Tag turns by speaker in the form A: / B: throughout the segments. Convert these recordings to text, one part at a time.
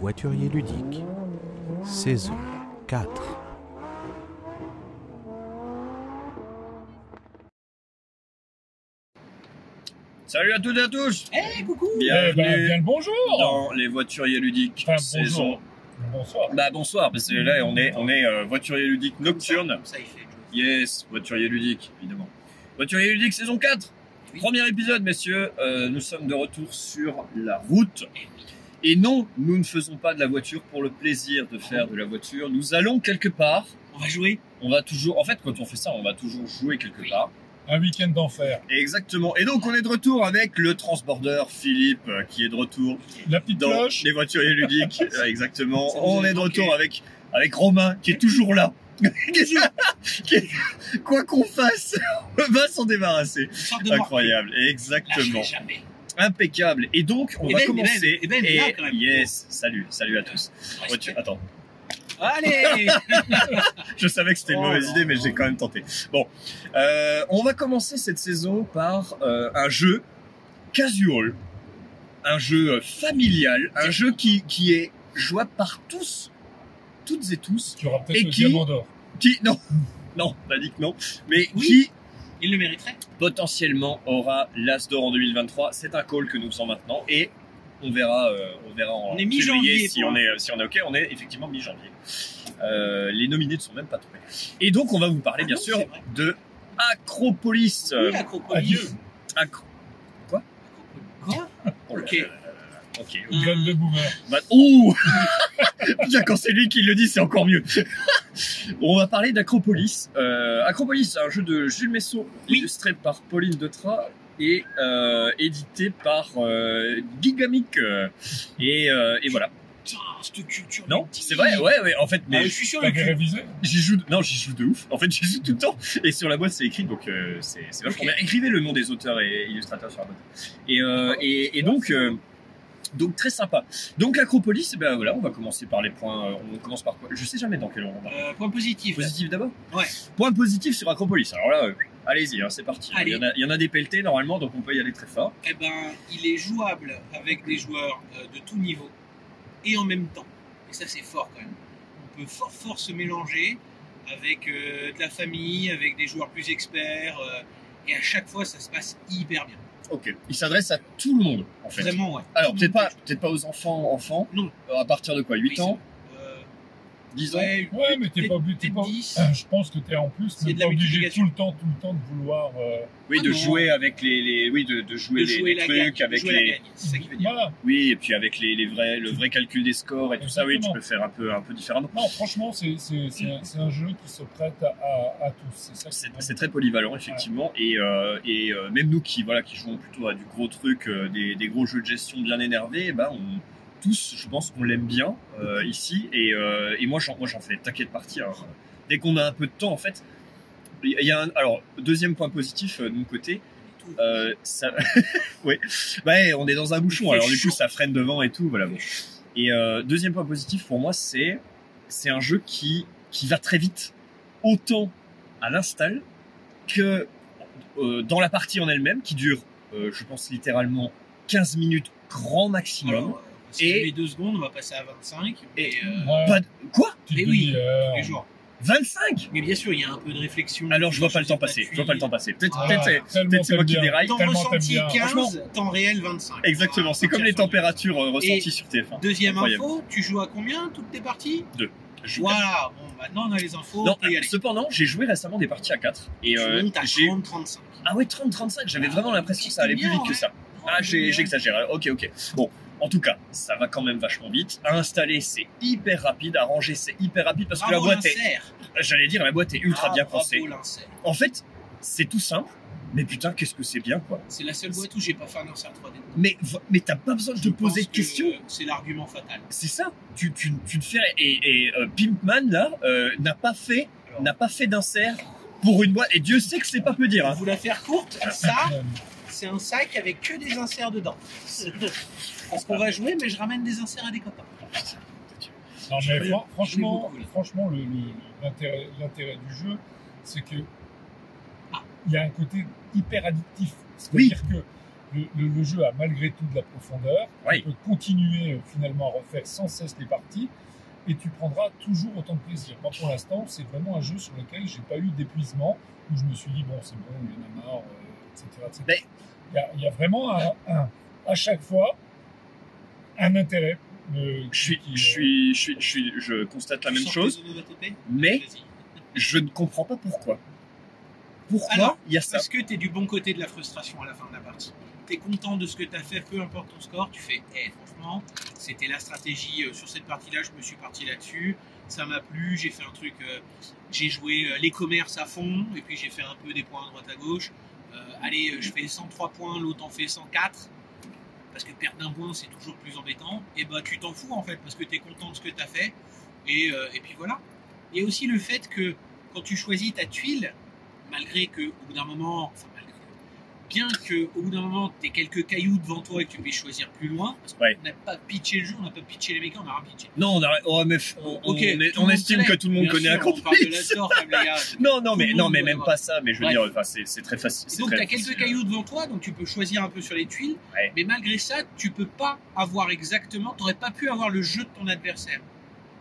A: voituriers ludiques, saison 4.
B: Salut à toutes et à tous
C: Coucou
B: Bienvenue
D: Eh ben, bien le bonjour
B: dans les voituriers ludiques
D: Enfin,
B: saison.
D: bonjour. Bonsoir.
B: Bah bonsoir, parce que là on est on est euh, voiturier ludique nocturne.
C: Ça il fait.
B: Yes, voiturier ludique évidemment. Voiturier ludique saison 4.
C: Oui.
B: Premier épisode messieurs, Euh, nous sommes de retour sur la route.
D: Eh
B: Et non, nous ne faisons pas de la voiture pour le plaisir de faire de la voiture. Nous allons quelque part.
C: On va jouer
B: On va toujours, en fait, quand on fait ça, on va toujours jouer quelque part.
D: Un week-end d'enfer.
B: Exactement. Et donc, on est de retour avec le transborder Philippe, euh, qui est de retour
D: La petite
B: dans
D: cloche.
B: les voituriers ludiques. Euh, Exactement.
C: Ça nous
B: On
C: avait
B: est de
C: manqué.
B: retour avec, avec Romain, qui est toujours là. Qui est- qui est- Quoi qu'on fasse, on va s'en débarrasser.
C: une sorte de Ah,
B: Incroyable,
C: mort. Lâcherai
B: exactement.
C: jamais.
B: Impeccable. Et donc, on
C: Et
B: va
C: Ben,
B: commencer.
C: et Ben, et Ben est là, quand même.
B: yes, salut, salut à tous. Voiture- Attends,
C: Allez
B: je savais que c'était une
C: Oh
B: mauvaise
C: là
B: idée, mais
C: là.
B: j'ai quand même tenté. Bon, Euh, on va commencer cette saison par euh, un jeu casual, un jeu euh, familial, un jeu qui, qui est jouable par tous, toutes et tous.
D: Tu auras
B: Et
D: peut-être le
B: qui
D: diamant d'or.
B: qui non non on a dit que non mais
C: Oui.
B: qui
C: Il le mériterait.
B: potentiellement aura l'as d'or en 2023 c'est un call que nous faisons maintenant et on verra euh, on verra en
C: On est
B: février
C: mi-janvier,
B: si
C: pour
B: on est si on est ok on est effectivement mi janvier les nominés ne sont même pas trouvés et donc on va vous parler
C: Ah
B: bien
C: non,
B: sûr
C: c'est vrai.
B: de Acropolis euh,
C: Oui, Acropolis.
D: Adieu.
B: Acro-
C: Quoi
B: oh là
C: Ok.
B: là là là là. ok
C: Hum.
D: Graine de boomer.
B: Bah- ouh Bien, quand c'est lui qui le dit, c'est encore mieux. On va parler d'Acropolis. Euh, Acropolis, c'est un jeu de Jules Messot,
C: Oui.
B: illustré par Pauline Detra et euh, édité par euh, Gigamic. euh, Et, euh, et voilà.
C: Putain, Ah, cette culture.
B: Non,
C: du
B: c'est vrai,
C: deal.
B: ouais, ouais, en fait,
C: Ah,
B: mais
C: je suis sur le
D: T'avais
C: cul.
D: révisé
B: j'y joue, de- non, j'y joue de ouf. En fait, j'y joue tout le temps. Et sur la boîte, c'est écrit, donc euh, c'est c'est vachement
C: Ok.
B: bien. Écrivez le nom des auteurs et illustrateurs sur la boîte. Et, euh, et, et donc, euh, donc très sympa. Donc Acropolis, eh ben voilà, on va commencer par les points. euh, on commence par quoi Je sais jamais dans quel ordre. on va.
C: Euh, point positif.
B: Positif d'abord.
C: Ouais.
B: Point positif sur Acropolis. Alors là, euh, allez-y, hein, c'est parti.
C: Allez.
B: Il, y en a, il y en a des pelletés normalement, donc on peut y aller très fort.
C: Eh ben, il est jouable avec des joueurs euh, de tout niveau et en même temps. Et ça, c'est fort quand même. On peut fort, fort se mélanger avec euh, de la famille, avec des joueurs plus experts. euh, et à chaque fois, ça se passe hyper bien.
B: Ok. Il s'adresse à tout le monde, en fait.
C: Vraiment, ouais.
B: Alors
C: Tout le
B: peut-être
C: monde
B: pas, peut-être pas aux enfants, enfants.
C: Non.
B: Euh, À partir de quoi 8
C: Oui, c'est
B: ans,
C: peut- euh,
B: 10 ans.
C: Ouais,
D: Ouais, mais t'es pas obligé. t'es
C: peut-être
D: pas-
C: 10.
D: Ah, Je pense que t'es en plus
C: Il y a
D: t'es
C: de la
D: pas obligé
C: multiplication.
D: tout le temps, tout le temps de vouloir. euh,
B: Oui,
C: Ah
B: de
C: non.
B: jouer avec les, les oui, de, de jouer
C: de
B: les,
C: jouer
B: les
C: la
B: trucs
C: gagne,
B: avec
C: jouer
B: les
C: la gagne, c'est ça qu'il veut dire.
D: Voilà.
B: oui et puis avec les, les vrais le vrai calcul des scores et tout ça. Oui, tu
D: Exactement.
B: peux faire un peu un peu différemment.
D: Non, franchement, c'est c'est- c'est un, c'est un jeu qui se prête à, à- à tous. C'est ça. qui
B: C'est
D: est bien.
B: c'est très polyvalent effectivement et, euh, et euh, même nous qui voilà qui jouons plutôt à du gros truc, euh, des, des gros jeux de gestion bien énervés, eh ben on tous je pense qu'on l'aime bien euh, ici et, euh, et moi j'en moi j'en fais taquet de partie. Alors, euh, dès qu'on a un peu de temps en fait, il y a un, alors deuxième point positif euh, de mon côté,
C: Tout.
B: euh, ça... ouais. Ouais, on est dans un bouchon,
C: Il fait
B: alors du
C: chaud.
B: coup ça freine devant et tout, voilà. bon. Et euh, deuxième point positif pour moi, c'est c'est un jeu qui qui va très vite, autant à l'install que euh, dans la partie en elle-même, qui dure, euh, je pense littéralement 15 minutes grand maximum.
C: Alors, euh, si
B: Et-
C: et... les deux secondes, on va passer à 25.
B: Et-
C: Et, euh,
D: Ouais,
B: Pas de- Quoi Eh
D: petite
C: mais oui.
D: demi-heure.
C: tous les jours.
B: 25
C: Mais bien sûr, il y a un peu de réflexion.
B: Alors je vois
C: Des
B: pas le temps
C: choses à
B: passer, je vois
C: tuer.
B: pas le temps passer. Peut-être
D: Ah,
B: peut-être c'est-
D: tellement
B: peut-être c'est moi
D: t'aimes
B: qui
D: bien.
B: déraille.
C: Temps
D: Tellement
C: ressenti
D: t'aimes bien.
C: 15, temps réel 25.
B: Exactement, c'est comme les températures euh, ressenties
C: Et
B: sur TF1.
C: Deuxième
B: Incroyable.
C: info, tu joues à combien toutes tes parties
B: Je-
C: Voilà, bon, maintenant on a les infos,
B: Non,
C: on peut y aller.
B: cependant, j'ai joué récemment des parties à 4 et
C: Tu
B: euh,
C: montes à
B: j'ai
C: 30-35.
B: Ah ouais, 30-35, j'avais
C: Ah,
B: vraiment l'impression que ça allait plus
C: bien, hein.
B: vite que
C: ouais.
B: ça. Ah, j'ai- j'exagère, ok, ok. Bon, en tout cas, ça va quand même vachement vite. À installer, c'est hyper rapide. À ranger, c'est hyper rapide parce que la
C: Bravo
B: boîte est,
C: l'insert.
B: j'allais dire, la boîte est ultra
C: Ah,
B: bien
C: bravo
B: pensée.
C: l'insert.
B: En fait, c'est tout simple, mais putain, qu'est-ce que c'est bien, quoi.
C: C'est la seule boîte où j'ai pas fait un insert 3D.
B: Mais, v- mais t'as pas besoin de te
C: Je pense
B: poser de
C: que,
B: questions.
C: euh, C'est l'argument fatal.
B: C'est ça. Tu, tu, tu te fais. Et, et euh, Pimpman, là, euh, n'a pas fait,
C: Alors.
B: n'a pas fait d'insert pour une boîte. Et Dieu sait que c'est pas peu dire,
C: Pour
B: hein.
C: vous la faire courte, ça,
D: Euh,
C: c'est un sac avec que des inserts dedans. Parce qu'on va jouer, mais je ramène des inserts à des copains.
D: Non, mais
B: Je-
D: fran- franchement,
C: beaucoup, là.
D: franchement, le- le- l'intérêt l'intérêt du jeu, c'est que
C: Ah.
D: il y a un côté hyper addictif.
B: Oui.
D: C'est-à-dire que le, le- le jeu a malgré tout de la profondeur.
B: Oui.
D: Tu peux continuer euh, finalement à refaire sans cesse les parties et tu prendras toujours autant de plaisir. Moi, pour l'instant, c'est vraiment un jeu sur lequel j'ai pas eu d'épuisement, où je me suis dit, bon, c'est bon, il y en a marre, euh, etc. etc.
B: Mais-
D: Il, y a, il y a vraiment un- un- à chaque fois un intérêt. euh,
B: Je suis,
D: qui- qui,
B: je
D: euh,
B: suis, je suis, je suis- je constate la même chose, mais je ne comprends pas pourquoi. Pourquoi
C: Alors,
B: il y a ça
C: Parce que tu es du bon côté de la frustration à la fin de la partie. Tu es content de ce que tu as fait, peu importe ton score. Tu fais, Eh, franchement, c'était la stratégie euh, sur cette partie-là, je me suis parti là-dessus. Ça m'a plu, j'ai fait un truc, euh, j'ai joué euh, les commerces à fond, et puis j'ai fait un peu des points à droite à gauche. Euh, allez, euh, je fais 103 points, l'autre en fait 104. Parce que perdre d'un point, c'est toujours plus embêtant. Et bah, tu t'en fous en fait, parce que tu es content de ce que tu as fait. Et, euh, et puis voilà. Il y a aussi le fait que quand tu choisis ta tuile, malgré que au bout d'un moment, enfin, malgré que- bien que au bout d'un moment tu aies quelques cailloux devant toi et que tu puisses choisir plus loin, parce qu'on
B: Ouais.
C: n'a pas pitché le jeu, on n'a pas pitché les mécaniques, on a rien pitché.
B: Non, on, arrête- oh, mais f- on,
C: Ok,
B: on est-
C: tout
B: on
C: le monde
B: estime
C: connaît.
B: que tout le monde
C: Bien
B: connaît
C: sûr,
B: un
C: on parle de la
B: complice.
C: store, comme les gars.
B: Non, non,
C: Tout
B: mais,
C: le
B: non,
C: monde
B: mais
C: doit
B: même
C: avoir.
B: pas ça. Mais je veux
C: Bref.
B: dire, enfin, c'est c'est très facile.
C: Et
B: c'est
C: Donc
B: très
C: tu as quelques
B: facile.
C: cailloux devant toi, donc tu peux choisir un peu sur les tuiles,
B: Ouais.
C: mais malgré ça, tu peux pas avoir exactement, t'aurais pas pu avoir le jeu de ton adversaire.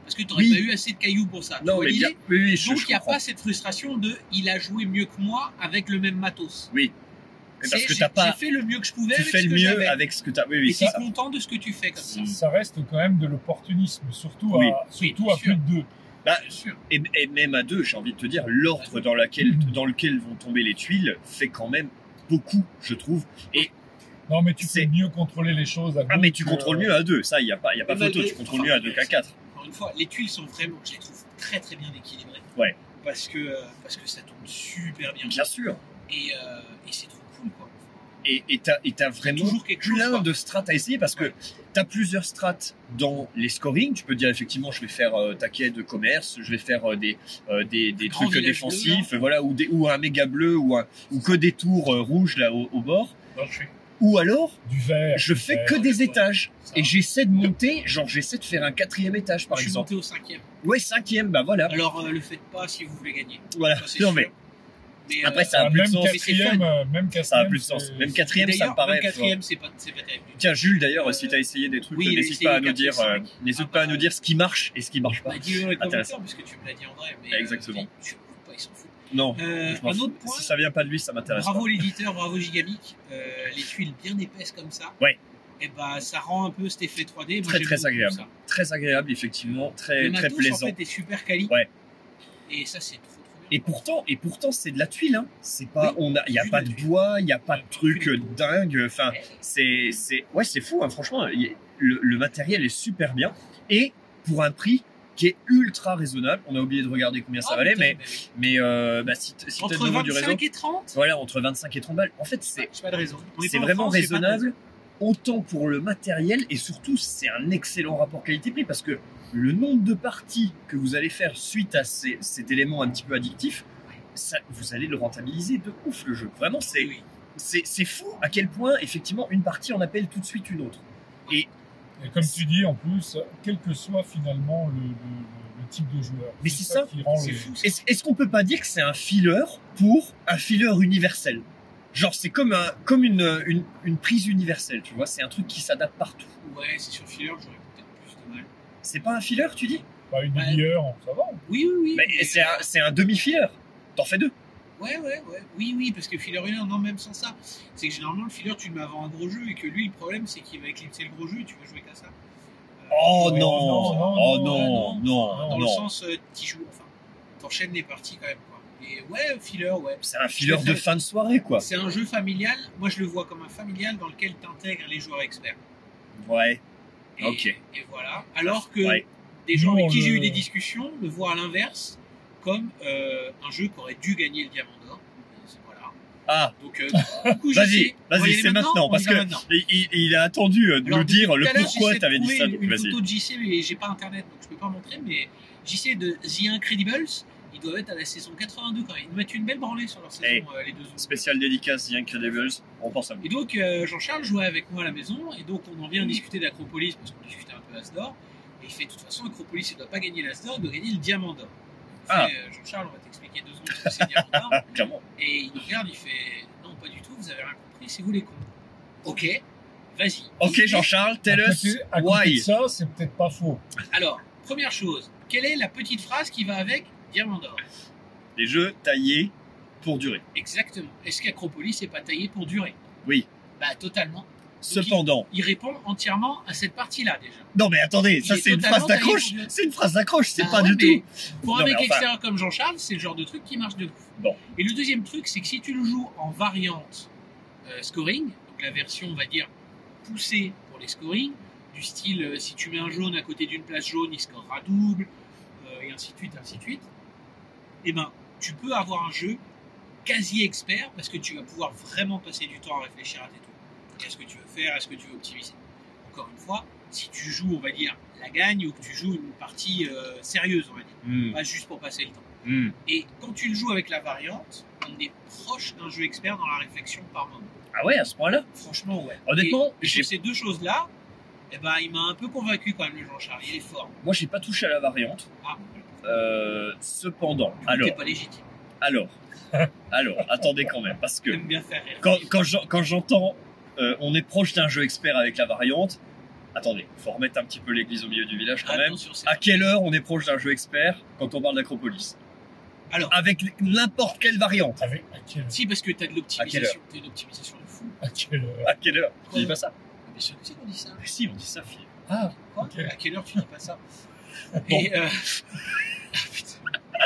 C: Parce que tu n'aurais
B: Oui.
C: pas eu assez de cailloux pour ça. Tu
B: Non,
C: vois
B: mais bien.
C: l'idée
B: Oui, oui, je,
C: Donc
B: je
C: il n'y a
B: comprends.
C: pas cette frustration de il a joué mieux que moi avec le même matos.
B: Oui. Mais Parce
C: C'est-
B: que
C: j'ai-
B: t'as pas.
C: J'ai fait le mieux que je pouvais.
B: Tu
C: avec
B: fais
C: ce
B: le
C: que
B: mieux
C: j'avais.
B: avec ce que t'as. Oui, oui,
C: Et
B: c'est
C: t'es
B: ça.
C: content de ce que tu fais comme ça.
B: Mm.
D: Ça reste quand même de l'opportunisme, surtout
B: Oui.
D: à, surtout
C: Oui, bien
D: à plus de deux.
B: Bah,
C: Bien sûr.
B: Et, et même à deux, j'ai envie de te dire, l'ordre dans, laquelle- dans lequel vont tomber les tuiles fait quand même beaucoup, je trouve.
D: Non, mais tu
B: C'est-
D: peux mieux contrôler les choses à
B: Ah,
D: deux
B: mais tu
D: que-
B: contrôles mieux à deux, ça, il n'y a pas, y a pas
C: Mais
B: photo,
C: malgré-
B: tu contrôles mieux à deux qu'à quatre.
C: Encore une fois, les tuiles sont vraiment, je les trouve très très bien équilibrées.
B: Ouais.
C: Parce que, euh, parce que ça tombe super bien.
B: Bien sûr.
C: Et, euh, et c'est trop cool quoi.
B: Et et t'as et t'as vraiment
C: Toujours quelque chose.
B: plein
C: quoi.
B: de strates à essayer parce que
C: Ouais.
B: t'as plusieurs strates dans les scoring. Tu peux dire effectivement, je vais faire euh, taquet de commerce, je vais faire euh, des, euh, des, des
C: Grand
B: trucs
C: village bleu, hein.
B: défensifs, euh, voilà, ou, des, ou un méga bleu, ou, un, ou que des tours euh, rouges là au, au bord.
C: Bon, je fais-
B: Ou alors,
D: Du vert.
B: je
D: du
B: fais
D: vert.
B: que des étages
C: ça
B: et
C: va.
B: j'essaie de monter, genre j'essaie de faire un quatrième étage par
C: je suis
B: exemple.
C: monté au cinquième.
B: Ouais, cinquième, bah voilà.
C: Alors euh, le faites pas si vous voulez gagner.
B: Voilà.
C: Ça, c'est
B: Ah, Non
C: sûr.
B: mais
C: Mais, euh,
B: après, ça a
D: Ah,
B: plus de
D: même
B: sens.
D: quatrième, euh, même quatrième.
B: ça a plus de sens.
D: c'est-
B: Même quatrième, ça me
C: d'ailleurs,
B: paraît.
C: même quatrième, c'est pas, c'est pas terrible. du tout.
B: Tiens, Jules, d'ailleurs,
C: Euh,
B: si tu as essayé des trucs,
C: oui, il a
B: n'hésite
C: essayé
B: pas à
C: le
B: nous dire,
C: 405.
B: euh, n'hésite
C: Ah,
B: pas à
C: bah,
B: nous dire ce qui marche et ce qui marche pas.
C: Bah, dis-le dans les
B: Intéressant.
C: commentaires parce que tu me l'as dit en vrai. Mais, euh,
B: Exactement.
C: mais tu- bah, ils s'en foutent.
B: Non.
C: Euh,
B: je m'en
C: un
B: fous.
C: autre point.
B: Si ça vient pas de lui, ça m'intéresse.
C: Bravo l'éditeur, bravo Gigamic. Euh, les tuiles bien épaisses comme ça.
B: Ouais.
C: Et bah ça rend un peu cet effet 3D. Moi,
B: Très,
C: j'aime
B: très
C: beaucoup
B: agréable.
C: ça.
B: pas. Très agréable, effectivement, très
C: Le
B: très
C: matos
B: plaisant.
C: en fait est super quali.
B: Ouais.
C: Et ça c'est trop trop bien.
B: Et pourtant, et pourtant, c'est de la tuile. Hein. C'est pas,
C: Oui,
B: on a, y a
C: c'est
B: pas
C: de
B: de
C: la tuile.
B: bois, y a pas de
C: Ouais,
B: truc
C: tuile.
B: dingue. Enfin,
C: Ouais.
B: c'est, c'est, ouais, c'est fou. Hein, franchement, y- le, le matériel est super bien et pour un prix qui est ultra raisonnable. On a oublié de regarder combien ça
C: Ah,
B: valait,
C: putain,
B: mais
C: bah oui.
B: mais euh, bah, si, t- si t'as
C: entre
B: le niveau du réseau,
C: 25 et 30
B: voilà, entre 25 et 30 balles. En fait, c'est
C: J'ai pas de raison. On est
B: c'est
C: pas en
B: vraiment
C: France, j'ai pas de raison.
B: raisonnable, autant pour le matériel et surtout c'est un excellent rapport qualité-prix parce que le nombre de parties que vous allez faire suite à ces- cet élément un petit peu addictif, ça, vous allez le rentabiliser de ouf le jeu. Vraiment, c'est
C: Oui.
B: c'est- c'est fou à quel point effectivement une partie en appelle tout de suite une autre.
D: Et comme tu dis, en plus, quel que soit finalement le, le- le type de joueur.
B: Mais c'est ça,
D: qui rend
C: C'est
D: le-
C: fou.
B: Est-ce est-ce qu'on peut pas dire que c'est un filler pour un filler universel Genre c'est comme un comme une, une une prise universelle, tu vois. C'est un truc qui s'adapte partout.
C: Ouais, c'est sur filler, j'aurais peut-être plus de mal.
B: C'est pas un filler, tu dis
D: Bah, une
C: Ouais.
D: demi-heure, ça va.
C: Oui, oui, oui.
B: Mais Bah, c'est un, c'est un demi-filler. T'en fais deux.
C: Ouais, ouais, ouais. Oui, oui, parce que filler 1, non, même sans ça. C'est que généralement, le filler, tu le mets avant un gros jeu et que lui, le problème, c'est qu'il va éclipser le gros jeu et tu vas jouer qu'à ça. Euh,
B: Oh
D: Oh
B: non
D: non,
B: Oh
C: non,
B: non Non,
C: Dans
B: non,
C: le sens, euh, t'y joues, enfin, t'enchaînes les parties quand même, quoi. Et ouais, filler, ouais.
B: C'est un filler de fin de soirée, quoi.
C: C'est un jeu familial. Moi, je le vois comme un familial dans lequel t'intègres les joueurs experts.
B: Ouais.
C: Et,
B: Ok.
C: Et voilà. Alors que
B: Ouais.
C: des gens
D: Non,
C: avec qui j'ai
D: le-
C: eu des discussions le voient à l'inverse comme euh, un jeu qui aurait dû gagner le diamant d'or. Voilà.
B: Ah,
C: Donc, euh, du coup, j'y
B: vas-y,
C: suis. On va y
B: vas-y,
C: aller
B: c'est maintenant,
C: on
B: parce
C: y va
B: que
C: maintenant.
B: il, il- il a attendu euh, de
C: Alors,
B: nous dire le
C: Tout à l'heure,
B: pourquoi
C: j'essaie de
B: t'avais dit
C: trouver
B: ça.
C: une-
B: donc
C: Une
B: Vas-y.
C: photo de JC, mais j'ai pas internet, donc je peux pas montrer. Mais JC de The Incredibles, ils doivent être à la saison 82 quand même. Ils nous mettent une belle branlée sur leur saison,
B: Hey.
C: euh, les deux autres.
B: Spécial dédicace The Incredibles. On pense à vous.
C: Et donc, euh, Jean-Charles jouait avec moi à la maison, et donc on en vient discuter d'Acropolis, parce qu'on discutait un peu Asdor, et il fait de toute façon, Acropolis, il ne doit pas gagner l'Asdor, il doit gagner le Diamant d'Or. Il
B: Ah.
C: fait, euh, Jean-Charles, on va t'expliquer deux secondes ce que c'est le Diamant d'Or,
B: Clairement.
C: et il nous regarde, il fait Non, pas du tout, vous avez rien compris, c'est vous les cons. Ok, vas-y.
B: Ok, Jean-Charles, tell
D: à
B: us
D: côté, à côté de
B: why.
D: ça, c'est peut-être pas faux.
C: Alors, première chose, quelle est la petite phrase qui va avec Diamant d'or
B: Des jeux taillés pour durer.
C: Exactement. Est-ce qu'Acropolis n'est pas taillé pour durer
B: Oui.
C: Bah, totalement.
B: Cependant,
C: Il répond entièrement à cette partie-là déjà.
B: non mais attendez,
C: Il
B: ça
C: est
B: c'est une
C: totalement
B: phrase d'accroche,
C: taillé pour-
B: c'est une phrase d'accroche, c'est
C: Ah
B: pas
C: ouais,
B: du
C: mais
B: tout.
C: Pour
B: Non,
C: un
B: mais
C: mec
B: enfin-
C: extérieur comme Jean-Charles, c'est le genre de truc qui marche de ouf.
B: Bon.
C: Et le deuxième truc, c'est que si tu le joues en variante euh, scoring, donc la version, on va dire, poussée pour les scoring, du style euh, si tu mets un jaune à côté d'une place jaune, il scorera double, euh, et ainsi de suite, ainsi de suite, eh ben, tu peux avoir un jeu quasi expert parce que tu vas pouvoir vraiment passer du temps à réfléchir à tes tours. Qu'est-ce que tu veux faire Est-ce que tu veux optimiser Encore une fois, si tu joues, on va dire, la gagne ou que tu joues une partie euh, sérieuse, on va dire,
B: Hmm,
C: pas juste pour passer le temps.
B: hmm.
C: Et quand tu le joues avec la variante, on est proche d'un jeu expert dans la réflexion par moment.
B: Ah ouais, à ce point-là
C: Franchement, ouais.
B: Honnêtement,
C: Et
B: j'ai-
C: sur ces deux choses-là, eh ben, il m'a un peu convaincu quand même, le Jean-Charles. Il est fort.
B: moi j'ai pas touché à la variante.
C: Ah,
B: Euh, cependant,
C: du coup,
B: alors,
C: t'es pas légitime.
B: alors, alors, attendez quand même, parce que
C: J'aime bien faire rire.
B: quand, quand j'en- quand j'entends euh, on est proche d'un jeu expert avec la variante, attendez, faut remettre un petit peu l'église au milieu du village quand même.
C: Attention, c'est-
B: À quelle heure on est proche d'un jeu expert quand on parle d'Acropolis
C: Alors.
B: Avec n'importe quelle variante.
D: Avec, à, quelle,
C: Si, parce que t'as de
B: À quelle
C: l'optimisation. T'as une optimisation de fou.
D: à quelle heure
B: À quelle heure Tu dis pas ça
C: Bien sûr que c'est qu'on dit ça.
B: Mais Si, on dit ça, Philippe.
D: Ah,
C: Quoi
D: Ok.
C: À quelle heure tu dis pas ça Et, euh, ah, putain,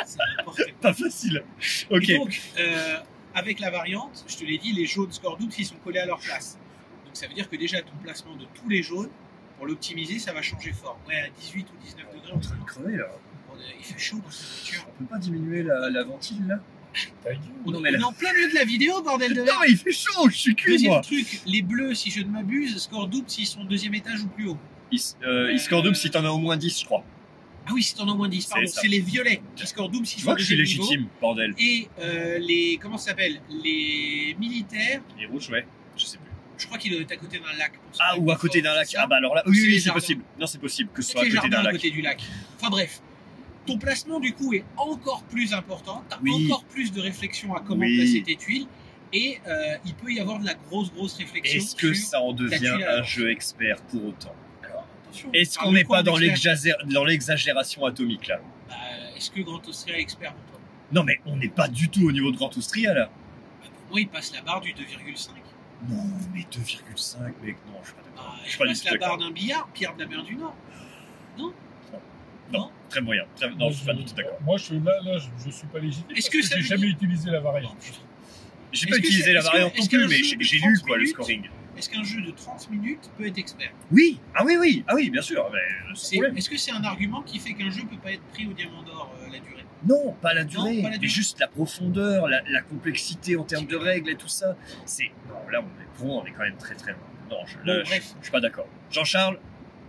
C: c'est n'importe quoi.
B: Pas facile. Ok.
C: Et donc, euh, avec la variante, je te l'ai dit, les jaunes score double, ils sont collés à leur place. Donc ça veut dire que déjà ton placement de tous les jaunes, pour l'optimiser, ça va changer fort. Ouais, à 18 ou 19 degrés, on est-
B: crever là.
C: on est- il fait chaud dans cette voiture.
B: On peut pas diminuer la, la ventile là
D: ta gueule.
C: On,
B: Oh, Non, mais là-
C: on est en plein milieu de la vidéo, bordel de
B: Non, mais il fait chaud, je suis cuit
C: Deuxième
B: moi.
C: truc, les bleus, si je ne m'abuse, score double s'ils sont au deuxième étage ou plus haut.
B: Il, s- euh, il score double si t'en as au moins 10, je crois.
C: Ah oui, si t'en as moins 10, pardon,
B: C'est ça.
C: c'est les violets qui score double s'ils
B: Tu
C: sont
B: vois
C: au
B: que je suis
C: deuxième niveau.
B: légitime, bordel.
C: Et euh, les, comment ça s'appelle Les militaires,
B: Les rouges, ouais. Je sais plus.
C: je crois qu'ils doivent être à côté d'un lac. pour se
B: Ah, ou à
C: mettre
B: côté
C: fort,
B: d'un lac.
C: c'est ça
B: Ah, bah alors là, oui,
C: C'est
B: oui,
C: les
B: c'est
C: jardins.
B: possible. Non, c'est possible que ce soit
C: Peut-être
B: à
C: les
B: côté d'un
C: jardins à
B: lac.
C: côté du lac. Enfin bref, ton placement du coup est encore plus important, tu as
B: Oui.
C: encore plus de réflexion à comment
B: Oui.
C: placer tes tuiles et euh, il peut y avoir de la grosse grosse réflexion.
B: Est-ce que
C: sur...
B: ça en devient
C: tuile à
B: un
C: l'avance.
B: jeu expert pour autant
C: Alors, attention,
B: Est-ce qu'on
C: parle de
B: n'est
C: Ah, quoi
B: pas
C: en
B: dans
C: expert
B: l'exagé- dans l'exagération atomique là
C: Bah, Est-ce que Grand Austria est expert pour toi
B: Non, mais on n'est pas du tout au niveau de Grand Austria là.
C: Bah, Pour moi, il passe la barre du 2,5.
B: Non, mais 2,5 mec, non, je suis pas
C: Bah,
B: d'accord. je
C: il
B: suis pas
C: passe
B: du tout
C: la barre
B: d'accord.
C: d'un billard, Pierre de la mer du Nord.
B: Non, très moyen. Très- Non,
D: Moi,
B: je suis pas du tout d'accord.
D: Moi, je, là, là, je, je suis pas légitime.
C: Est-ce
D: Est-ce
C: que
D: que
C: ça
D: j'ai
C: veut
D: jamais utilisé la variante
B: J'ai
C: Est-ce
B: pas
C: que
B: utilisé
C: c'est-
B: la
C: est-ce que-
B: variante non
C: est-ce
B: plus,
C: qu'un
B: mais
C: jeu
B: j'ai
C: de
B: j'ai
C: 30
B: lu quoi le
C: minutes
B: scoring.
C: Est-ce qu'un jeu de 30 minutes peut être expert
B: Oui, ah oui, oui, ah oui, bien sûr. Mais euh, sans
C: C'est-
B: problème.
C: Est-ce que c'est un argument qui fait qu'un jeu peut pas être pris au diamant d'or euh, la durée
B: Non, pas la durée,
C: pas la
B: mais
C: durée.
B: juste la profondeur, la, la complexité en termes de règles et tout ça. C'est non, là on est pour, on est quand même très très loin. Non, je, là,
C: Bon,
B: je,
C: bref.
B: je suis pas d'accord. Jean-Charles,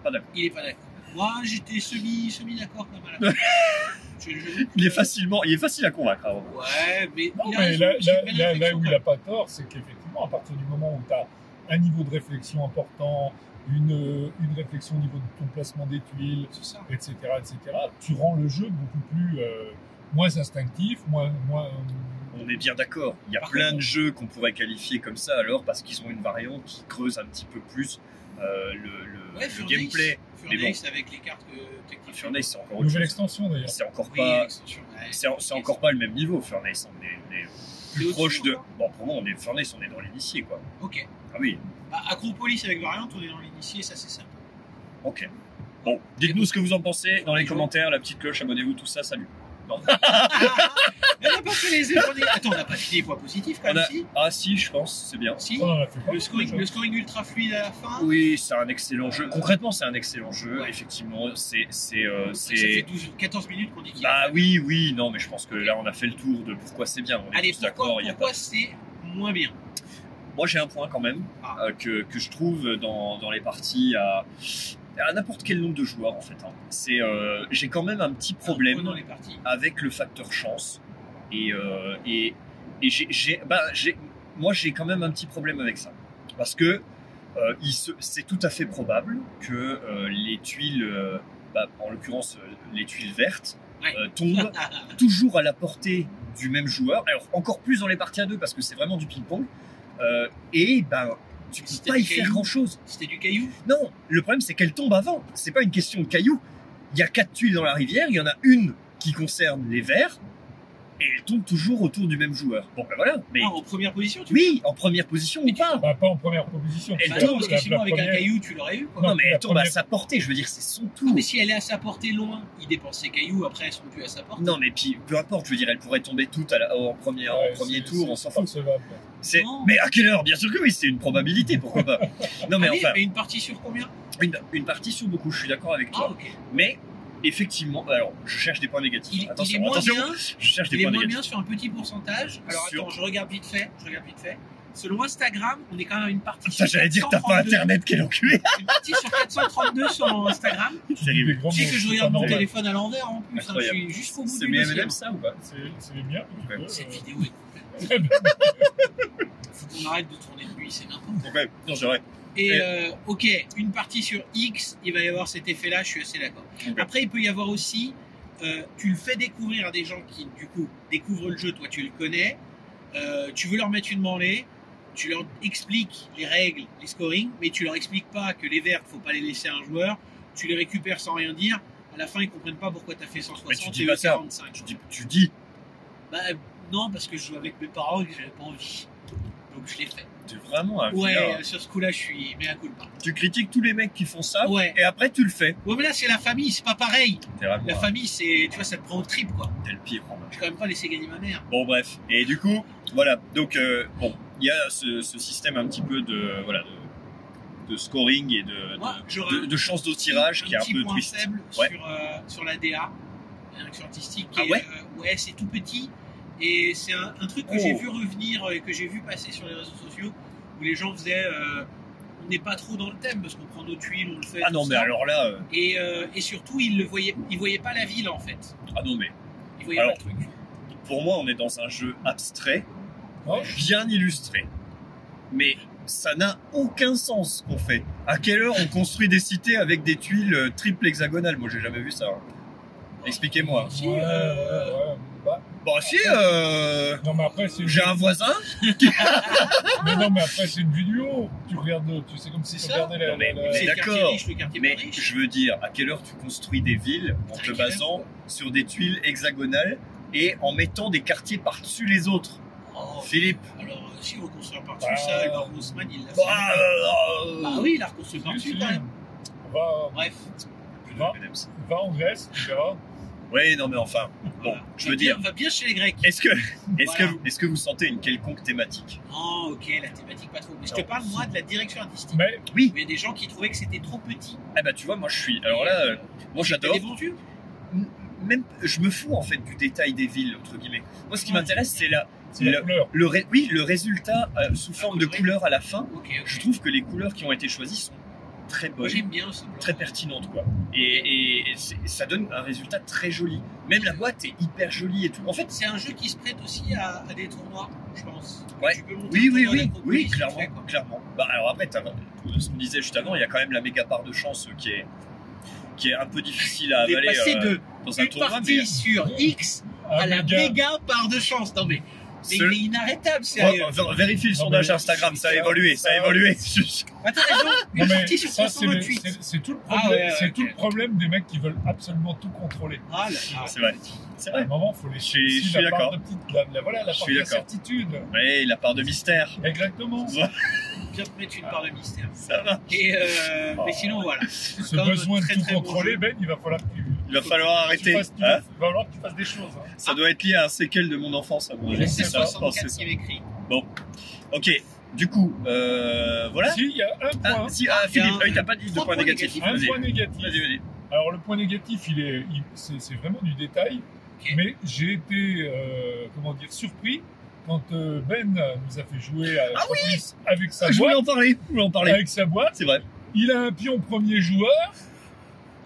B: pas d'accord.
C: Il est pas d'accord. Moi, j'étais semi, semi d'accord quand même. à la fin. Je- je-
B: Il est facilement, il est facile à convaincre. hein, vraiment.
C: Ouais, mais,
D: Non,
C: il a
D: mais
C: raison,
D: là,
C: j'ai
D: là-
C: une belle
D: là- là où
C: réflexion, quand
D: il n'a
C: même.
D: pas tort, c'est qu'effectivement, à partir du moment où tu as un niveau de réflexion important, une, euh, une réflexion au niveau de ton placement des tuiles,
C: C'est ça.
D: etc., etc., tu rends le jeu beaucoup plus euh, moins instinctif, moins, moins euh,
B: On est bien d'accord. Il y a
C: Par
B: plein
C: contre-
B: de jeux qu'on pourrait qualifier comme ça alors parce qu'ils ont une variante qui creuse un petit peu plus euh, le, le-
C: Ouais,
B: le
C: Furnace,
B: gameplay.
C: Furnace avec les cartes que techniques.
B: Furnace, c'est encore autre
D: nouvelle
B: chose.
D: extension d'ailleurs.
B: C'est encore
C: Oui,
B: pas,
C: l'extension, ouais.
B: c'est en- c'est encore pas le même niveau. Furnace, on est, on est
C: Mais
B: plus
C: au-dessus,
B: proche de.
C: encore
B: Bon, pour moi, on est Furnace, on est dans l'initié quoi.
C: Ok.
B: Ah oui,
C: Bah, Acropolis avec Variant, on est dans l'initié, ça c'est simple.
B: Ok. Bon, dites-nous ce que vous en pensez dans les commentaires, la petite cloche, abonnez-vous, tout ça, salut.
C: on n'a pas fait les efforts. des- Attends, on n'a pas fait les points positifs quand
B: On
C: même,
B: a-
C: si
B: Ah si, je pense, c'est bien.
C: Si
D: Oh, on en a fait pas
C: le,
D: mal,
C: scoring,
D: déjà.
C: le scoring ultra fluide à la fin.
B: Oui, c'est un excellent jeu. Concrètement, c'est un excellent jeu.
C: Ouais.
B: Effectivement, c'est c'est euh,
C: Ça fait
B: c'est.
C: 12, 14 minutes qu'on dit qu'il
B: Bah oui, oui, non, mais je pense que là, on a fait le tour de pourquoi c'est bien. On est
C: Allez,
B: tous
C: pourquoi,
B: d'accord. il y a
C: pourquoi c'est moins bien
B: pas- Moi, j'ai un point quand même
C: Ah.
B: euh, que que je trouve dans dans les parties à à n'importe quel nombre de joueurs en fait. hein. C'est euh, j'ai quand même un petit problème.
C: Prenons les parties.
B: avec le facteur chance. Et, euh, et, et j'ai, j'ai- bah, j'ai- moi, j'ai quand même un petit problème avec ça. Parce que euh, il se- c'est tout à fait probable que euh, les tuiles, euh, bah, en l'occurrence euh, les tuiles vertes,
C: Ouais.
B: euh, tombent toujours à la portée du même joueur. Alors, encore plus dans les parties à deux, parce que c'est vraiment du ping-pong. Euh, et ben, Tu
C: Si
B: peux
C: t'as
B: pas y
C: du
B: faire
C: caillou.
B: grand chose.
C: C'était du caillou
B: Non, le problème c'est qu'elle tombe avant. C'est pas une question de cailloux. Il y a quatre tuiles dans la rivière, il y en a une qui concerne les verts, et elle tombe toujours autour du même joueur. Bon ben voilà, mais
C: Ah, en première position, tu
B: oui, en première position ou pas.
D: Bah, pas en première proposition.
B: Elle
C: Bah
D: parce que
C: non, parce que
D: la-
C: sinon,
D: la
C: avec un
D: première-
C: caillou, tu l'aurais eu, quoi.
B: Non,
D: Non,
B: mais
D: la
B: elle tombe à
D: première-
B: sa portée, je veux dire, c'est son
C: Non,
B: tour.
C: mais si elle est à sa portée loin, il dépense ses cailloux, après elles sont plus à sa portée.
B: Non, mais puis peu importe, je veux dire, elle pourrait tomber toute à la- en premier,
D: Ouais,
B: en premier
D: c'est-
B: tour,
D: c'est-
B: on s'en
D: c'est
B: fout.
D: percevable.
B: C'est-
C: Non.
B: Mais à quelle heure Bien sûr que oui, c'est une probabilité, pourquoi pas. Non, mais
C: Ah oui,
B: enfin,
C: mais une partie sur combien
B: une, une partie sur beaucoup, je suis d'accord avec
C: Ah,
B: toi.
C: ok.
B: Mais effectivement, alors je cherche des points négatifs.
C: Il, il est
B: attention,
C: moins
B: attention,
C: bien,
B: je cherche des
C: il est
B: points
C: moins
B: négatifs.
C: bien sur un petit pourcentage. Alors
B: Sur-
C: attends, je regarde vite fait, je regarde vite fait. Selon Instagram, on est quand même à une partie
B: Ah, Ça,
C: sur
B: j'allais dire, t'as pas
C: 432.
B: internet, quel enculé
C: Une partie sur 432 sur Instagram.
D: Tu dis
B: Terrible.
D: des grands
C: Tu sais
D: mots,
C: que je
D: c'est
C: regarde
D: pas
C: mon
D: normal.
C: téléphone à l'envers en plus, hein, je
B: Incroyable.
C: suis jusqu'au bout
B: C'est
C: du
B: mes
C: dossier.
B: M&M, ça ou pas
D: C'est c'est les miens. tu
B: Ouais.
D: peux,
C: Cette
D: euh,
C: vidéo est
D: très bien.
C: Faut qu'on arrête de tourner de nuit, c'est n'importe quoi.
B: Ouais, non, c'est vrai.
C: Et
B: Et-
C: euh, ok, une partie sur X, il va y avoir cet effet-là, je suis assez d'accord.
B: Ok.
C: Après, il peut y avoir aussi, euh, tu le fais découvrir à des gens qui, du coup, découvrent le jeu, toi tu le connais, euh, tu veux leur mettre une branlée, tu leur expliques les règles, les scorings, mais tu leur expliques pas que les verts, faut pas les laisser à un joueur, tu les récupères sans rien dire, à la fin ils comprennent pas pourquoi tu as fait 160
B: Mais tu dis
C: et
B: pas
C: eux,
B: ça.
C: 45.
B: Tu dis, tu dis,
C: Bah non, parce que je jouais avec mes parents et que j'avais pas envie. Donc je l'ai fait.
B: t'es vraiment un
C: Ouais,
B: vilain.
C: euh, sur ce coup-là, je suis mais à coup
B: Tu critiques tous les mecs qui font ça,
C: Ouais.
B: et après tu le fais.
C: Ouais, mais là, c'est la famille, c'est pas pareil.
B: T'es vraiment
C: La famille, c'est, tu vois, ça te prend au trip, quoi.
B: un- t'es le pire. en vrai.
C: Je vais quand même pas laisser gagner ma mère.
B: Bon, bref. Et du coup, voilà. Donc, euh, bon, il y a ce, ce système un petit peu de, voilà, de, de scoring et de,
C: Moi,
B: Bah, de-
C: j'aurais
B: de, de chance au tirage qui est un
C: petit
B: peu
C: point
B: twist.
C: faible
B: Ouais.
C: sur, euh, sur la DA, la direction artistique. qui
B: Ah
C: est,
B: ouais
C: euh, ouais, c'est tout petit. Et c'est un, un truc que
B: Oh.
C: j'ai vu revenir euh, et que j'ai vu passer sur les réseaux sociaux où les gens faisaient. euh, on n'est pas trop dans le thème parce qu'on prend nos tuiles, on le fait.
B: Ah
C: tout
B: non, mais
C: ça.
B: alors là, euh,
C: Et, euh, et surtout, ils ne voyaient, ils voyaient pas la ville, en fait.
B: ah non, mais
C: Ils voyaient
B: Alors,
C: pas le truc.
B: pour moi, on est dans un jeu abstrait,
D: Ouais.
B: bien illustré. Mais ça n'a aucun sens ce qu'on fait. À quelle heure on construit des cités avec des tuiles euh, triples hexagonales Moi, j'ai jamais vu ça. hein. Expliquez-moi.
C: Si,
D: Ouais, ouais,
C: euh,
D: ouais. Bah,
B: Bon, si, euh,
D: non, mais après, c'est.
B: j'ai un voisin.
C: Ah.
D: Mais non, mais après, c'est une vidéo. Tu regardes, tu sais, comme si
C: C'est
D: tu
C: ça
D: regardais la.
B: Non, mais-
D: la-
B: mais
D: la-
C: C'est le quartier
B: d'accord,
C: riche, le quartier
B: Mais
C: pas riche.
B: je veux dire, à quelle heure tu construis des villes en te basant sur des tuiles hexagonales et en mettant des quartiers par-dessus les autres
C: Oh,
B: Philippe
C: Alors, euh, si on reconstruit par-dessus
D: Bah,
C: ça, le baron Haussmann, il l'a fait.
B: Ah, euh,
C: Bah oui, il a reconstruit
D: tu-
C: par-dessus
D: tu-
C: quand même.
D: Va,
C: Bref.
D: va, va en Grèce, tu verras.
B: Oui, non, mais enfin, bon,
C: voilà.
B: je
C: Va
B: veux
C: bien-
B: dire,
C: Va bien chez les Grecs.
B: est-ce que, est-ce
C: Voilà.
B: que, est-ce que vous sentez une quelconque thématique
C: Oh, ok, la thématique pas trop. Mais je te
B: Non.
C: parle, moi, de la direction artistique.
B: Bah
D: Mais
C: Où Il y a des gens qui trouvaient que c'était trop petit.
B: Eh ben, tu vois, moi, je suis. Alors là, euh, moi,
C: t'as
B: j'adore.
C: des bons yeux
B: M- Même, je me fous en fait du détail des villes entre guillemets. Moi, ce qui m'intéresse, c'est la,
D: c'est la
B: le-
D: couleur.
B: le, ré- oui, le résultat euh, sous forme de couleurs à la fin.
C: Ok, ok.
B: Je trouve que les couleurs qui ont été choisies sont très
C: Moi,
B: bonnes.
C: j'aime bien ce blanc.
B: très pertinente quoi. Et, et- et c'est- ça donne un résultat très joli. Même la boîte est hyper jolie et tout. En fait,
C: C'est un jeu qui se prête aussi à, à des tournois, je pense.
B: Ouais.
C: Tu peux monter
B: oui,
C: un
B: oui,
C: tournoi
B: oui,
C: d'Acropolis,
B: oui,
C: tu le fais,
B: clairement,
C: quoi.
B: clairement. Bah, alors après, t'as- tout ce qu'on disait juste avant, il y a quand même la méga part de chance euh, qui est qui est un peu difficile à
C: Il est
B: avaler
C: passé
B: euh,
C: de
B: dans un
C: une
B: tournoi, mais euh, Ah,
C: partie sur X
D: hein,
C: à Ah, la méga part de chance. Non, mais mais
B: ce-
C: il est inarrêtable, sérieux.
B: Ouais, bah, v- vérifie le
D: Non,
B: sondage
D: mais-
B: Instagram, ça a
D: ça-
B: évolué, ça a
D: ça-
B: évolué.
C: Attends, les gens,
D: Non,
C: une
D: mais
C: partie sur
D: ça, c'est le-
C: 328.
D: c'est c'est tout le
C: Ah,
D: problème.
C: ouais, ouais,
D: c'est
C: ok.
D: tout le problème des mecs qui veulent absolument tout contrôler.
C: Ah là là.
B: C'est vrai, c'est
D: À un
B: vrai.
D: moment, faut les
B: Je suis-
D: si
B: je
D: la
B: suis
D: part
B: d'accord.
D: de petite- la- la- Voilà la
B: Je
D: part
B: suis d'accord.
D: d'incertitude.
B: Ouais, la part de mystère,
D: Exactement.
C: Viens te mettre une part de mystère.
B: ça va.
C: Et euh,
B: Oh.
C: mais sinon, voilà.
D: Ce
C: Comme
D: besoin
C: très,
D: de tout
C: très bon
D: contrôler,
C: jeu.
D: Ben, il va falloir que tu,
B: Il va falloir
D: que tu
B: arrêter.
D: fasses- tu
B: hein.
D: vas- il va falloir que tu fasses des choses. hein.
B: ça doit être lié à un séquel de mon enfance à mon avis.
C: C'est
B: C'est ça, je pense, c'est
C: 64
B: ça.
C: qui m'écrit.
B: Ok, du coup, euh, voilà.
D: Si, il y a un
B: Ah,
D: point,
B: si, ah, Philippe, ah oui, t'as pas dit de
C: Trois
B: point
C: points
B: négatif.
C: négatifs.
D: un
B: Vas-y,
D: point négatif.
B: vas-y, vas-y.
D: Alors le point négatif, il est, il- c'est, c'est vraiment du détail,
C: Ok.
D: mais j'ai été, euh, comment dire, surpris quand euh, Ben nous a fait jouer à
B: Ah
D: Acropolis avec sa
B: Je voulais
D: boîte.
B: en parler, je voulais en parler.
D: Avec sa boîte,
B: C'est vrai.
D: il a un pion premier joueur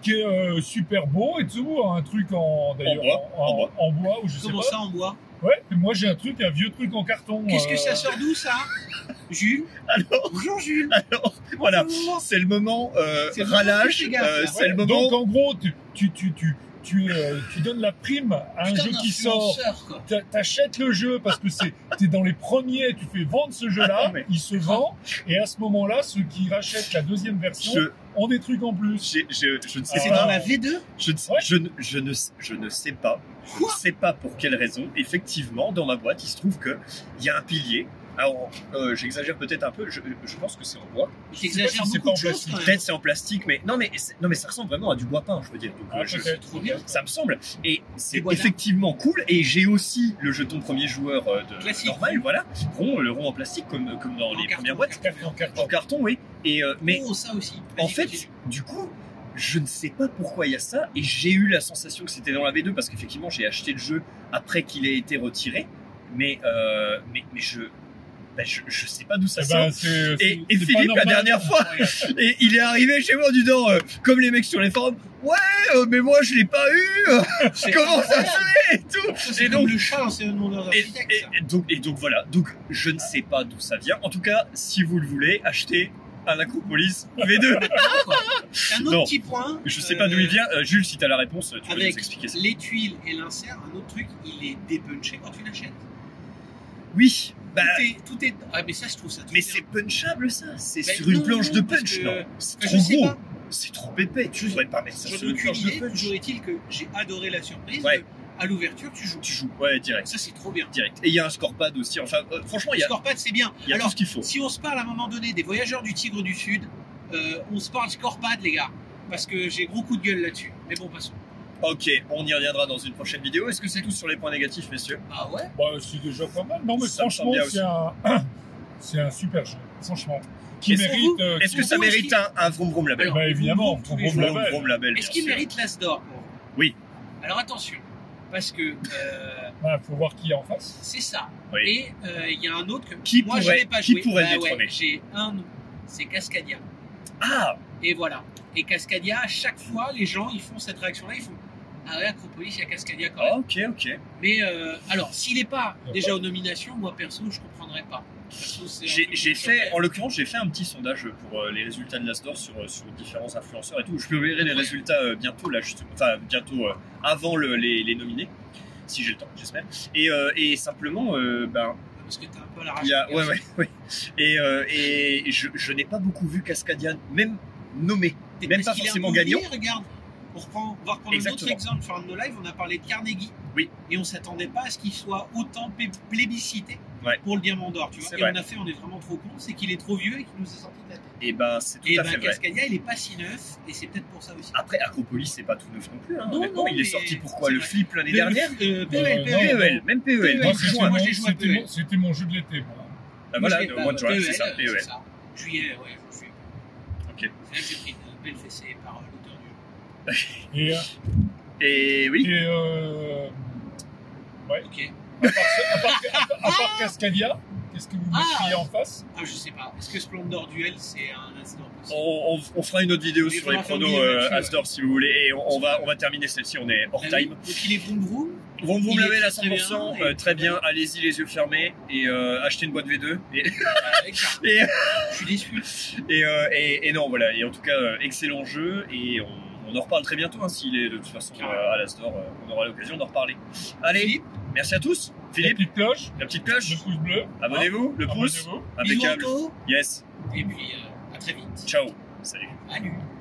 D: qui est euh, super beau et tout, un truc en d'ailleurs
B: bois,
D: en,
B: en bois.
D: en bois ou je sais
C: Comment
D: pas.
C: ça en bois
D: Ouais, et moi j'ai un truc, un vieux truc en carton.
C: Qu'est-ce
D: euh,
C: que ça sort d'où ça Jules
B: Alors,
C: Bonjour Jules
B: alors, voilà.
C: Bonjour.
B: C'est le moment euh,
C: C'est le moment que
B: ralage,
C: tu fais gaffe,
B: euh,
C: là.
B: c'est
D: Ouais,
B: le moment.
D: Donc en gros, tu, tu, tu, tu, tu, euh, tu donnes la prime à un
C: Putain
D: jeu qui sort.
C: d'influenceur, quoi.
D: T'a- T'achètes le jeu parce que c'est, t'es dans les premiers, tu fais vendre ce jeu-là,
B: Ah, mais-
D: il se vend, et à ce moment-là, ceux qui rachètent la deuxième version
B: Je,
D: ont des trucs en plus.
B: j'ai- je, je ne sais
C: Et c'est
D: Ah.
B: pas.
C: dans la V2
B: Je ne,
D: Ouais.
B: je, ne- je ne, je ne sais pas. Je ne sais pas pour quelle raison. Effectivement, dans ma boîte, il se trouve que il y a un pilier. Alors, euh, j'exagère peut-être un peu. Je, je pense que c'est en bois.
C: J'exagère
D: si c'est
C: beaucoup de
D: pas en
C: choses quand même.
B: Peut-être c'est en plastique, mais non, mais c'est- non, mais ça ressemble vraiment à du bois peint. Je veux dire. Donc,
D: Ah,
B: euh, je-
D: peut-être.
C: Trop bien.
B: ça me semble. Et
C: Du
B: c'est
C: bois
B: effectivement cool. Et j'ai aussi le jeton premier joueur euh, de
C: Classique.
B: normal, voilà, rond, le rond en plastique comme comme dans
C: En
B: les
C: carton,
B: premières boîtes,
D: Carton, carton.
B: en carton, oui. Et euh, mais
C: Oh, ça aussi. Vas-y,
B: en fait,
C: continue.
B: du coup, je ne sais pas pourquoi il y a ça, et j'ai eu la sensation que c'était dans la V2, parce qu'effectivement, j'ai acheté le jeu après qu'il ait été retiré, mais, euh, mais, mais je, ben, je, je sais pas d'où ça
D: Eh
B: sort.
D: ben, c'est- c'est-
B: Et, et
D: c'est pas
B: Philippe, la
D: normal.
B: dernière fois, et il est arrivé chez moi en disant, euh, comme les mecs sur les forums, ouais, euh, mais moi je l'ai pas eu, euh,
C: C'est
B: comment ça
C: incroyable.
B: se fait et tout.
C: C'est
B: Et donc,
C: donc le chat dans ses demandeurs
B: et,
C: d'architecte. ça.
B: et- et donc, et donc voilà, donc je ne sais pas d'où ça vient. En tout cas, si vous le voulez, achetez un Acropolis V2.
C: C'est un autre
B: Non.
C: petit point.
B: Je sais pas d'où il
C: euh,
B: vient. Euh, Jules, si t'as la réponse, tu peux nous
C: avec
B: expliquer ça.
C: les tuiles et l'insert, un autre truc, il est dépunché quand tu l'achètes.
B: Oui, bah,
C: tout, est, tout est- Ah, mais ça, je trouve ça. trop
B: mais
C: bien.
B: c'est punchable ça. C'est
C: Bah,
B: sur une
C: non,
B: planche
C: non,
B: de
C: parce
B: punch.
C: que-
B: Non, c'est
C: Enfin,
B: trop
C: je sais
B: gros.
C: pas.
B: C'est trop épais. Tu
C: Je-
B: devrais pas mettre ça
C: J'en
B: sur
C: ai
B: une
C: aucune
B: planche
C: idée.
B: de punch.
C: Toujours est-il que j'ai adoré la surprise.
B: Ouais.
C: de- à l'ouverture, tu joues.
B: Tu joues, ouais, direct.
C: Ça, c'est trop bien.
B: direct. Et il y a un scorepad aussi. Enfin, euh, franchement, il y a,
C: Scorpad, c'est bien.
B: il y a
C: Alors,
B: tout ce qu'il faut.
C: si on se parle à un moment donné des voyageurs du Tigre du Sud, euh, on se parle Scorpad, les gars. Parce que j'ai gros coup de gueule là-dessus. Mais bon, passons.
B: Ok, on y reviendra dans une prochaine vidéo. Est-ce que c'est tout sur les points négatifs, messieurs
C: Ah ouais
D: Bah, c'est déjà pas mal. Non, mais
B: Ça me semble
D: franchement,
B: bien
D: c'est un, c'est un super jeu. Franchement, qui
B: Est-ce
D: mérite. euh,
B: Est-ce
D: qui-
B: que ça
C: Vous, est-ce
B: mérite
C: qu'il-
B: un, un vroom vroom label
C: Alors,
D: Bah, évidemment,
C: tous les
D: vroom
C: jours.
D: vroom label.
B: label.
C: Est-ce
B: bien
C: qu'il
B: sûr.
C: mérite l'As d'or pour vous
B: Oui.
C: Alors attention, parce que euh,
D: bah, faut voir qui est en face.
C: c'est ça.
B: Oui.
C: Et euh, il y a un autre que
B: Qui
C: moi je
B: pourrait-
C: n'ai pas
B: qui
C: joué.
B: pourrait le
C: Bah ouais,
B: détrôner
C: J'ai un nom, c'est Cascadia.
B: Ah,
C: Et voilà. Et Cascadia, à chaque fois, les gens ils font cette réaction-là, ils font Ah ouais, Acropolis, il y a Cascadia quand même.
B: ok, ok.
C: Mais euh, alors, s'il n'est pas déjà aux nominations, moi perso, je ne comprendrais pas. Perso, c'est un
B: J'ai
C: truc
B: j'ai
C: qui
B: fait,
C: me
B: en l'occurrence, j'ai fait un petit sondage pour euh, les résultats de l'Astor sur, euh, sur différents influenceurs et tout. Je publierai les résultats euh, bientôt, là, justement. enfin bientôt euh, avant le- les, les nominés, si j'ai le temps, j'espère. Et, euh, et simplement, euh, ben,
C: choque, hein, Parce que t'as un peu la rage.
B: il y a, ouais, ouais, ouais. Et, euh, et je, je n'ai pas beaucoup vu Cascadia, même nommé.
C: Peut-être
B: même
C: parce
B: pas
C: qu'il est
B: forcément
C: un peu
B: gagnant.
C: oublié, Regarde, on, reprend, on va reprendre un autre
B: Exactement.
C: exemple sur un de nos lives. On a parlé de Carnegie.
B: Oui.
C: Et on s'attendait pas à ce qu'il soit autant plé- plébiscité
B: Ouais.
C: pour le diamant d'or. Tu vois.
B: C'est
C: Et
B: vrai.
C: on a fait, on est vraiment trop con, c'est qu'il est trop vieux et qu'il nous est sorti de la tête.
B: Et ben, c'est tout
C: Et
B: à
C: ben
B: fait vrai.
C: Cascadia, il est pas si neuf, et c'est peut-être pour ça aussi.
B: Après, Acropolis, c'est pas tout neuf non plus. hein.
C: Non,
B: Honnêtement,
C: non,
B: il est
C: mais
B: sorti pourquoi
C: c'est
B: Le
C: vrai.
B: flip l'année
C: Le-
B: dernière
C: euh, PEL,
D: Euh,
C: PEL.
D: non,
B: PEL, même E PEL.
C: Moi,
B: Moi,
C: je-
D: c'était
C: E moi,
D: mon-
C: j'ai joué à
D: c'était
C: PEL.
D: mon- C'était mon jeu de l'été. moi.
B: Bah, voilà,
C: Je l'ai
B: le
C: pas,
B: One Drive,
C: PEL,
B: c'est ça, E PEL.
C: E ça. Juillet, ouais, je suis.
B: Ok.
C: C'est là que j'ai pris une belle fessée par euh, l'auteur du jeu.
D: Et, euh,
B: Et oui,
D: et, euh,
C: Ok.
D: à, part, ce- à part- à part- à part Cascadia, qu'est-ce que vous
C: Ah.
D: mettriez en face
C: Ah, je sais pas. Est-ce que Splendor Duel, c'est un incident possible
B: On, on- on fera une autre vidéo
C: Mais
B: sur
C: faut
B: les
C: en faire
B: pronos
C: mieux
B: euh,
C: là-dessus,
B: Astor si vous voulez et on, on va on va terminer celle-ci on est hors
C: Ah oui.
B: time.
C: Donc il est vroom
B: Vous
C: vroom.
B: vous
C: Il est
B: l'avez à
C: très, très
B: 100%
C: bien,
B: euh,
C: et-
B: très bien, allez-y les yeux fermés et euh, achetez une boîte V2 et
C: Avec ça.
B: Et-
C: Je suis déçu.
B: et, euh, et- et non voilà et en tout cas euh, excellent jeu et on, on en reparle très bientôt hein, s'il est de toute façon
C: Carrément.
B: euh, à l'Astor euh, on aura l'occasion d'en reparler. Allez
C: Philippe,
B: merci à tous
D: La
B: Philippe
D: petite cloche,
B: la petite cloche
D: le pouce bleu,
B: abonnez-vous le pouce
D: abonnez-vous.
C: bisous
B: impeccable
C: Anto,
B: yes
C: Et puis, euh, à très vite.
B: ciao salut
C: Salut.